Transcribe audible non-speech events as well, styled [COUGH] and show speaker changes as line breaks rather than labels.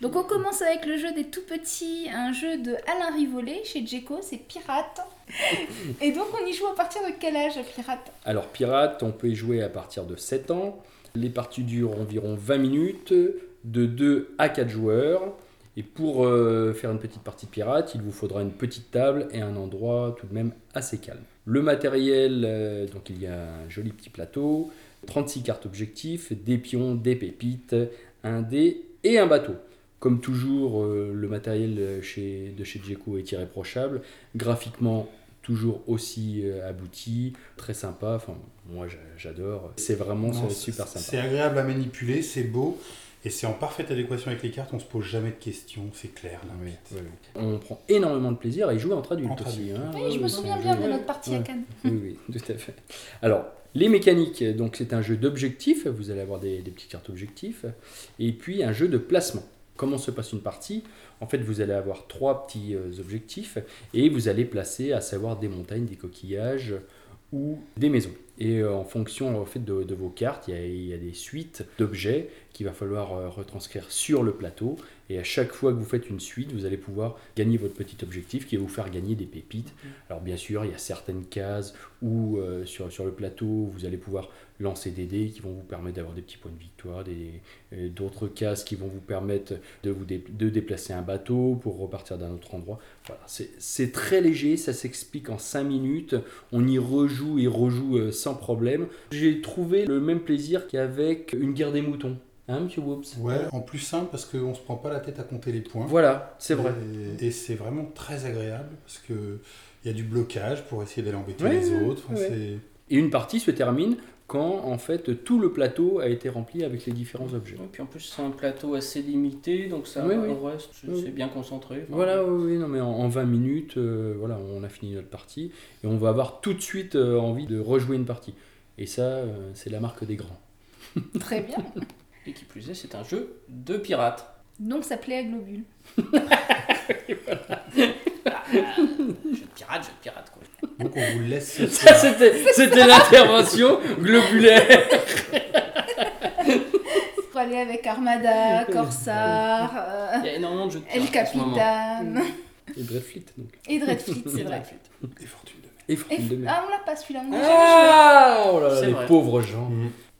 Donc on commence avec le jeu des tout petits, un jeu de Alain Rivollet chez Djeco, c'est
[LAUGHS]
Pirate. Et donc on y joue à partir de quel âge Pirate
Alors Pirate, on peut y jouer à partir de 7 ans. Les parties durent environ 20 minutes, de 2 à 4 joueurs. Et pour euh, faire une petite partie pirate, il vous faudra une petite table et un endroit tout de même assez calme. Le matériel, euh, donc il y a un joli petit plateau, 36 cartes objectifs, des pions, des pépites, un dé et un bateau. Comme toujours, euh, le matériel chez, de chez Djeco est irréprochable. Graphiquement, toujours aussi euh, abouti, très sympa. Enfin, moi, j'a- j'adore. C'est vraiment
Non,
c'est
c'est-
super sympa.
C'est agréable à manipuler, c'est beau, et c'est en parfaite adéquation avec les cartes, on se pose jamais de questions, c'est clair. là.
Oui, oui, oui. On prend énormément de plaisir à y jouer entre adultes
Entre
aussi.
adultes.
hein.
Oui,
Ouais,
je me
ouais,
souviens
c'est un
bien
jeu-
de notre partie à
Ouais. [LAUGHS]
Cannes.
Oui, oui, tout à fait. Alors, les mécaniques, donc c'est un jeu d'objectifs, vous allez avoir des, des petites cartes objectifs, et puis un jeu de placement. Comment se passe une partie En fait, vous allez avoir trois petits euh, objectifs, et vous allez placer, à savoir des montagnes, des coquillages ou des maisons. Et euh, en fonction en fait, de, de vos cartes, il y a- il y, a des suites d'objets qu'il va falloir euh, retranscrire sur le plateau. Et à chaque fois que vous faites une suite, vous allez pouvoir gagner votre petit objectif qui va vous faire gagner des pépites. Alors bien sûr, il y a certaines cases ou euh, sur, sur le plateau, vous allez pouvoir lancer des dés qui vont vous permettre d'avoir des petits points de victoire, des- euh, d'autres cases qui vont vous permettre de, vous dé- de déplacer un bateau pour repartir d'un autre endroit. Voilà, c'est- c'est très léger, ça s'explique en 5 minutes, on y rejoue et rejoue euh, sans problème. J'ai trouvé le même plaisir qu'avec une guerre des moutons, hein monsieur Whoops
Ouais, en plus simple parce qu'on se prend pas la tête à compter les points.
Voilà, c'est vrai.
Et, et c'est vraiment très agréable parce que il y a du blocage pour essayer d'aller embêter
Ouais,
les
ouais,
autres. Enfin,
ouais.
c'est-
Et une partie se termine quand en fait tout le plateau a été rempli avec les différents objets.
Et puis en plus, c'est un plateau assez limité, donc ça
Oui, oui.
reste, c'est
Oui.
c'est bien concentré. Enfin,
Voilà, oui, oui, non, mais en, en 20 minutes, euh, voilà, on a fini notre partie et on va avoir tout de suite euh, envie de rejouer une partie. Et ça, euh, c'est la marque des grands.
Très bien.
Et qui plus est, c'est un jeu de pirates.
Donc ça plaît à Globule.
Jeu de pirate, jeu de
[LAUGHS]
pirate, quoi.
Donc on vous laisse. ce
Ça,
soir.
c'était c'était l'intervention globulaire.
Pour aller avec
[LAUGHS]
Armada, Corsar, euh,
Il y a énormément de jeux de pirates.
El
Mm.
Capitan
Et Dreadfleet, donc.
et Dreadfleet, c'est
[LAUGHS]
C'est
vrai.
Et fortune de merde.
Et
Et
Fortune de
f-
mer.
Ah, on l'a pas celui-là, on l'a jamais joué.
Ah, oh là là,
C'est
les
vrai.
Mmh.
pauvres gens.